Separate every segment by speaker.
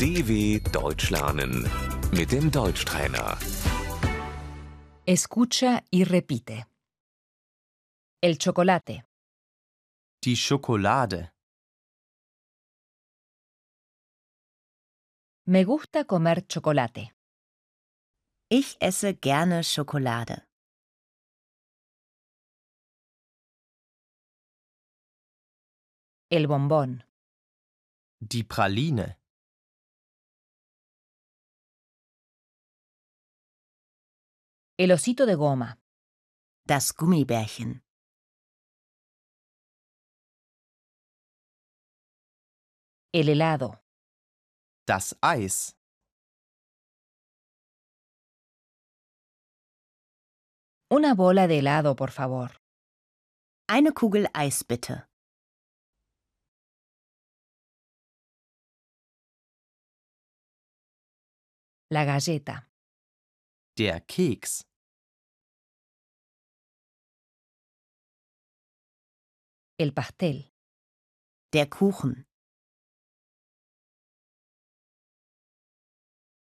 Speaker 1: DW Deutsch lernen mit dem Deutschtrainer.
Speaker 2: Escucha y repite. El chocolate,
Speaker 3: Die Schokolade.
Speaker 2: me gusta comer chocolate,
Speaker 4: Ich esse gerne Schokolade.
Speaker 2: el bombón,
Speaker 3: Die Praline.
Speaker 2: el osito de goma,
Speaker 4: Das Gummibärchen.
Speaker 2: el helado,
Speaker 3: Das Eis.
Speaker 2: una bola de helado, por favor,
Speaker 4: Eine Kugel Eis bitte.
Speaker 2: la galleta,
Speaker 3: Der Keks.
Speaker 2: el pastel,
Speaker 4: Der Kuchen.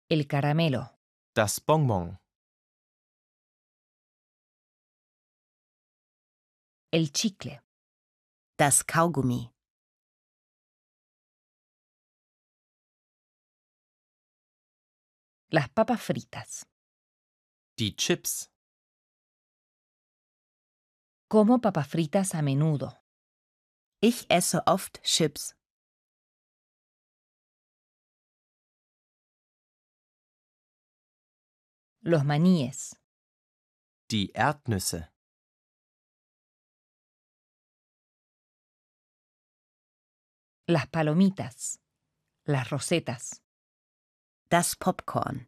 Speaker 2: el caramelo,
Speaker 3: Das Bonbon.
Speaker 2: el chicle,
Speaker 4: Das Kaugummi.
Speaker 2: las papas fritas.
Speaker 3: Die Chips.
Speaker 2: Como papas fritas a menudo,
Speaker 4: Ich esse oft Chips.
Speaker 2: los maníes,
Speaker 3: Die Erdnüsse.
Speaker 2: las palomitas, las rosetas,
Speaker 4: Das Popcorn.